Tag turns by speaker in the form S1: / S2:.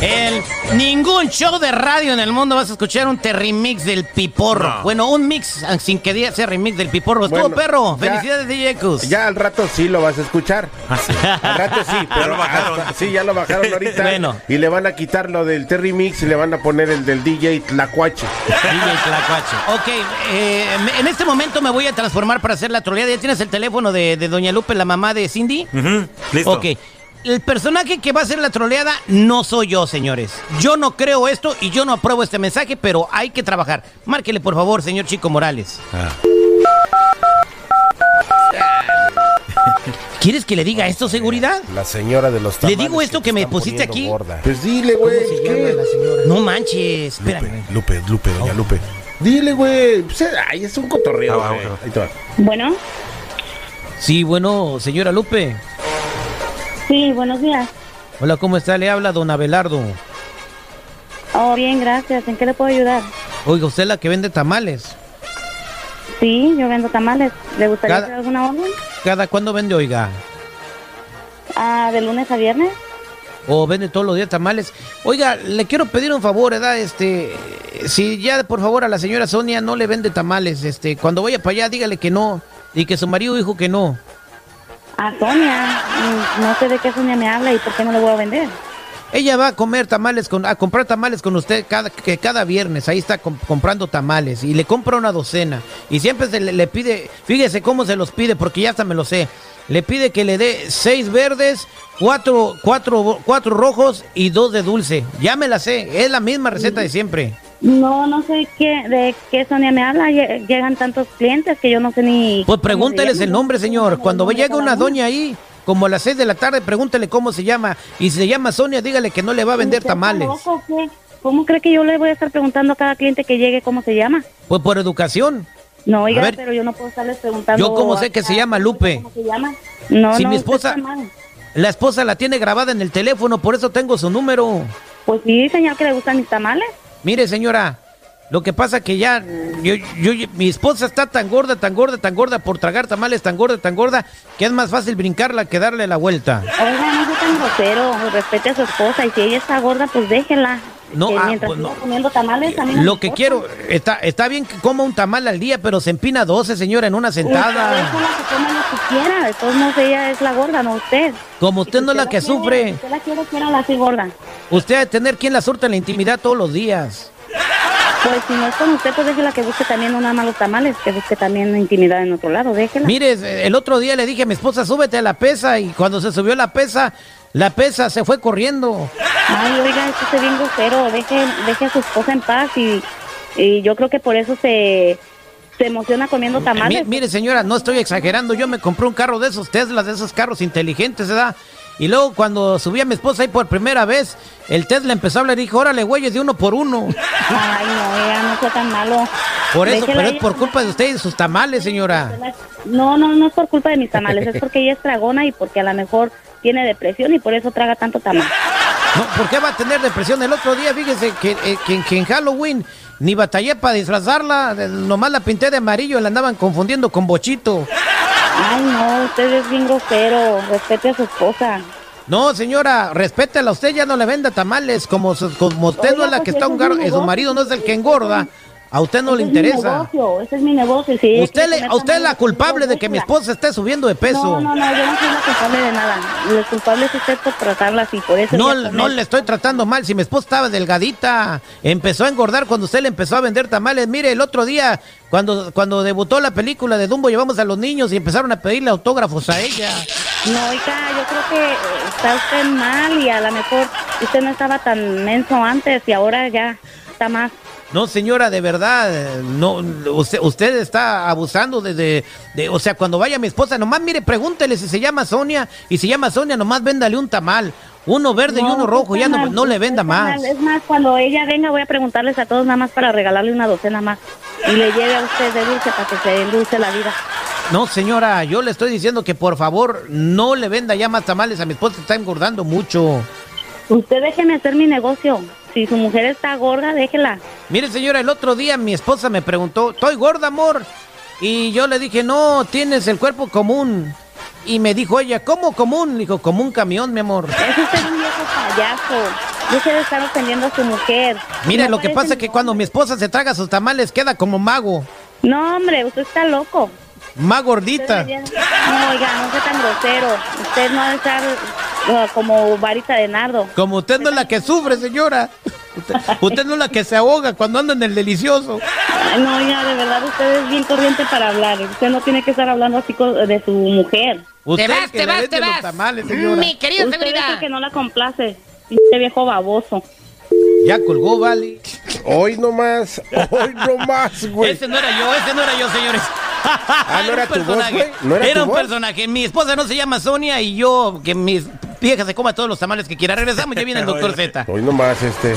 S1: El, ningún show de radio en el mundo vas a escuchar un remix del Piporro. Bueno, un mix, ah, sin que diga sea remix del Piporro. Estuvo
S2: Bueno,
S1: perro.
S2: ya-
S1: Felicidades, DJ Cus.
S2: Ya al rato sí lo vas a escuchar.
S1: Ah,
S2: Al rato sí, pero
S3: lo bajaron.
S2: hasta- sí, ya lo bajaron ahorita.
S1: Bueno.
S2: Y le van a quitar lo del Terry Mix y le van a poner el del DJ Tlacuache.
S1: DJ Tlacuache. Ok, eh, me- en este momento me voy a transformar para hacer la troleada. ¿Ya tienes el teléfono de, de Doña Lupe, la mamá de Cindy?
S3: Ujú, Listo.
S1: Ok. El personaje que va a hacer la troleada no soy yo, señores. Yo no creo esto y yo no apruebo este mensaje, pero hay que trabajar. Márquele, por favor, señor Chico Morales. ¿Quieres que le diga esto, seguridad?
S2: La señora de los
S1: Le
S2: tamales.
S1: digo esto
S2: te
S1: que me
S2: están
S1: pusiste
S2: poniendo
S1: aquí.
S2: gorda. Pues dile, güey. ¿qué?
S1: No manches, espérame.
S2: Lupe, Lupe,
S1: Oh.
S2: doña Lupe. Dile, güey. Pues, ay, es un cotorreo.
S3: Ah,
S2: güey.
S3: bueno.
S2: Ahí te va.
S4: Bueno,
S1: Sí, bueno, señora Lupe.
S4: sí, buenos días.
S1: Hola, ¿cómo está? Le habla don Abelardo.
S4: Oh, bien, gracias. ¿En qué le puedo ayudar?
S1: Oiga, usted es la que vende tamales.
S4: Sí, yo vendo tamales. ¿Le gustaría
S1: Cada-
S4: hacer alguna orden?
S1: ¿Cada cuándo vende, oiga?
S4: Ah, de lunes a viernes.
S1: o vende todos los días tamales. Oiga, le quiero pedir un favor, ¿verdad? Este, si ya por favor a la señora Sonia no le vende tamales, este, cuando vaya para allá dígale que no y que su marido dijo que no.
S4: A Ah, Sonia. Mm, No sé de qué Sonia me habla y por qué no le voy a vender.
S1: Ella va a comer tamales con, a comprar tamales con usted cada, que cada viernes. Ahí está com- comprando tamales y le compra una docena. Y siempre se le, le pide, fíjese cómo se los pide, porque ya hasta me lo sé. Le pide que le dé seis verdes, cuatro, cuatro, cuatro rojos y dos de dulce. Ya me la sé, es la misma receta de siempre.
S4: No, no sé qué, de qué Sonia me habla. Lle- Llegan tantos clientes que yo no sé ni...
S1: Pues
S4: cómo se
S1: pregúnteles
S4: llaman.
S1: el nombre, señor. Cuando
S4: El nombre de
S1: llegue una
S4: cada uno.
S1: doña ahí, como a las 6 de la tarde, pregúntele cómo se llama. Y si se llama Sonia, dígale que no le va a vender
S4: ¿Usted está
S1: tamales.
S4: loco o qué? ¿Cómo cree que yo le voy a estar preguntando a cada cliente que llegue cómo se llama?
S1: Pues por educación.
S4: No, oiga,
S1: A ver,
S4: pero yo no puedo estarles preguntando.
S1: yo cómo sé que
S4: a-
S1: se llama Lupe.
S4: ¿Cómo se llama? No,
S1: Si
S4: no,
S1: mi
S4: usted
S1: esposa-
S4: está mal.
S1: La esposa la tiene grabada en el teléfono, por eso tengo su número.
S4: Pues sí, señor, que le gustan mis tamales.
S1: Mire, señora, lo que pasa que ya, yo, yo- yo- mi esposa está tan gorda, tan gorda, tan gorda por tragar tamales, tan gorda, tan gorda, que es más fácil brincarla que darle la vuelta.
S4: Oiga, no sea tan grosero. Respete a su esposa. Y si ella está gorda, pues déjela.
S1: No,
S4: Que
S1: ah,
S4: mientras
S1: pues
S4: siga
S1: no.
S4: comiendo tamales, a mí no me
S1: Lo que
S4: importa.
S1: quiero, está, está bien que coma un tamal al día, pero se empina 12, señora, en una
S4: Pues,
S1: sentada.
S4: Déjala que coma lo que quiera. De todos modos, ella es la gorda, no usted.
S1: Como usted
S4: Si
S1: no es la que
S4: quiere,
S1: sufre,
S4: Si usted la quiere, quiérala así gorda.
S1: usted ha de tener quien la surta en la intimidad todos los días.
S4: Pues si no es con usted, pues déjela que busque también una malos tamales. Que busque también intimidad en otro lado. Déjela.
S1: Mire, eh, el otro día le dije a mi esposa, súbete a la pesa, y cuando se subió a la pesa, la pesa se fue corriendo.
S4: Ay, oiga, es que usted bien grosero. Deje, deje a su esposa en paz y, y yo creo que por eso se, se emociona comiendo tamales.
S1: Mi- mire, señora, no estoy exagerando, yo me compré un carro de esos Teslas, de esos carros inteligentes, ¿verdad? Y luego cuando subí a mi esposa ahí por primera vez, el Tesla empezó a hablar y dijo, órale, güey, es de uno por uno.
S4: Ay, no, oiga, no sea tan malo.
S1: Por eso,
S4: Déjela
S1: pero
S4: ella-
S1: es por culpa de ustedes y sus tamales, señora.
S4: No, no, no es por culpa de mis tamales. es porque ella es tragona y porque a lo mejor tiene depresión y por eso traga tanto tamal.
S1: No, ¿Por qué va a tener depresión? El otro día, fíjese que, eh, que- que en Halloween ni batallé para disfrazarla, eh, nomás la pinté de amarillo, la andaban confundiendo con bochito.
S4: Ay, no, usted es bien grosero. Respete a su esposa.
S1: No, señora, respétela, usted ya no le venda tamales, como, su- como usted no
S4: Oiga,
S1: es la
S4: pues
S1: que está
S4: ese es
S1: hongar-
S4: mi
S1: eh, su
S4: negocio,
S1: marido no es el que
S4: ese es
S1: engorda,
S4: mi-
S1: a usted no le
S4: Ese es mi
S1: interesa.
S4: negocio, Ese es mi negocio. Si ella
S1: Usted
S4: quiere
S1: le,
S4: comer
S1: a usted es
S4: tamales,
S1: la culpable de que mi
S4: déjela.
S1: esposa esté subiendo de peso.
S4: No, no, no, yo no soy la culpable de nada. El culpable es usted por tratarla así, por eso.
S1: No,
S4: ella come-
S1: no le estoy tratando mal. Si mi esposa estaba delgadita, empezó a engordar cuando usted le empezó a vender tamales. Mire, el otro día, cuando, cuando debutó la película de Dumbo, llevamos a los niños y empezaron a pedirle autógrafos a ella.
S4: No, oiga, yo creo que eh, está usted mal y a lo mejor usted no estaba tan menso antes y ahora ya está más.
S1: No, señora, de verdad, eh, no, usted, usted está abusando de, de- de- o sea, cuando vaya mi esposa, nomás mire, pregúntele si se llama Sonia y si llama Sonia, nomás véndale un tamal, uno verde y uno
S4: No,
S1: rojo, ya
S4: está
S1: no,
S4: mal,
S1: no le venda
S4: está
S1: más.
S4: mal. Es más, cuando ella venga voy a preguntarles a todos nada más para regalarle una docena más y le lleve a usted de dulce para que se dulce la vida.
S1: No, señora, yo le estoy diciendo que por favor no le venda ya más tamales a mi esposa, está engordando mucho.
S4: Usted déjeme hacer mi negocio. Si su mujer está gorda, déjela.
S1: Mire, señora, el otro día mi esposa me preguntó, ¿estoy gorda, amor? Y yo le dije, no, tienes el cuerpo común. Y me dijo ella, ¿cómo común? Le Dijo, como un camión, mi amor.
S4: Es usted un viejo payaso. Deje de estar ofendiendo a su mujer.
S1: Mire,
S4: No
S1: lo que
S4: parece
S1: pasa
S4: ni
S1: es que cuando mi
S4: hombre.
S1: esposa se traga sus tamales queda como mago,
S4: No, hombre, usted está loco.
S1: más
S4: Usted
S1: gordita.
S4: debería- No, oiga, no sea tan grosero. Usted no debe estar eh, como varita de nardo.
S1: Como usted no es la que sufre, señora. Usted, usted no es la que se ahoga cuando anda en el delicioso.
S4: Ay, No, oiga, de verdad, usted es bien corriente para hablar. Usted no tiene que estar hablando así co- de su mujer.
S1: Usted
S3: vas,
S1: es que le
S3: te vas,
S1: vende
S3: te
S1: los
S3: vas.
S1: tamales, señora.
S3: Mi querido
S4: usted es el
S3: seguridad.
S4: que no la complace. Este viejo baboso.
S1: Ya colgó, vale.
S2: Hoy nomás, hoy nomás, güey.
S1: Ese no era yo, ese no era yo, señores.
S2: Ah, ¿no era tu voz, güey? ¿No era
S1: era
S2: tu
S1: un
S2: voz?
S1: personaje. Mi esposa no se llama Sonia y yo, que mis viejas se coma todos los tamales que quiera. Regresamos, ya viene el doctor Z.
S2: Hoy nomás, este.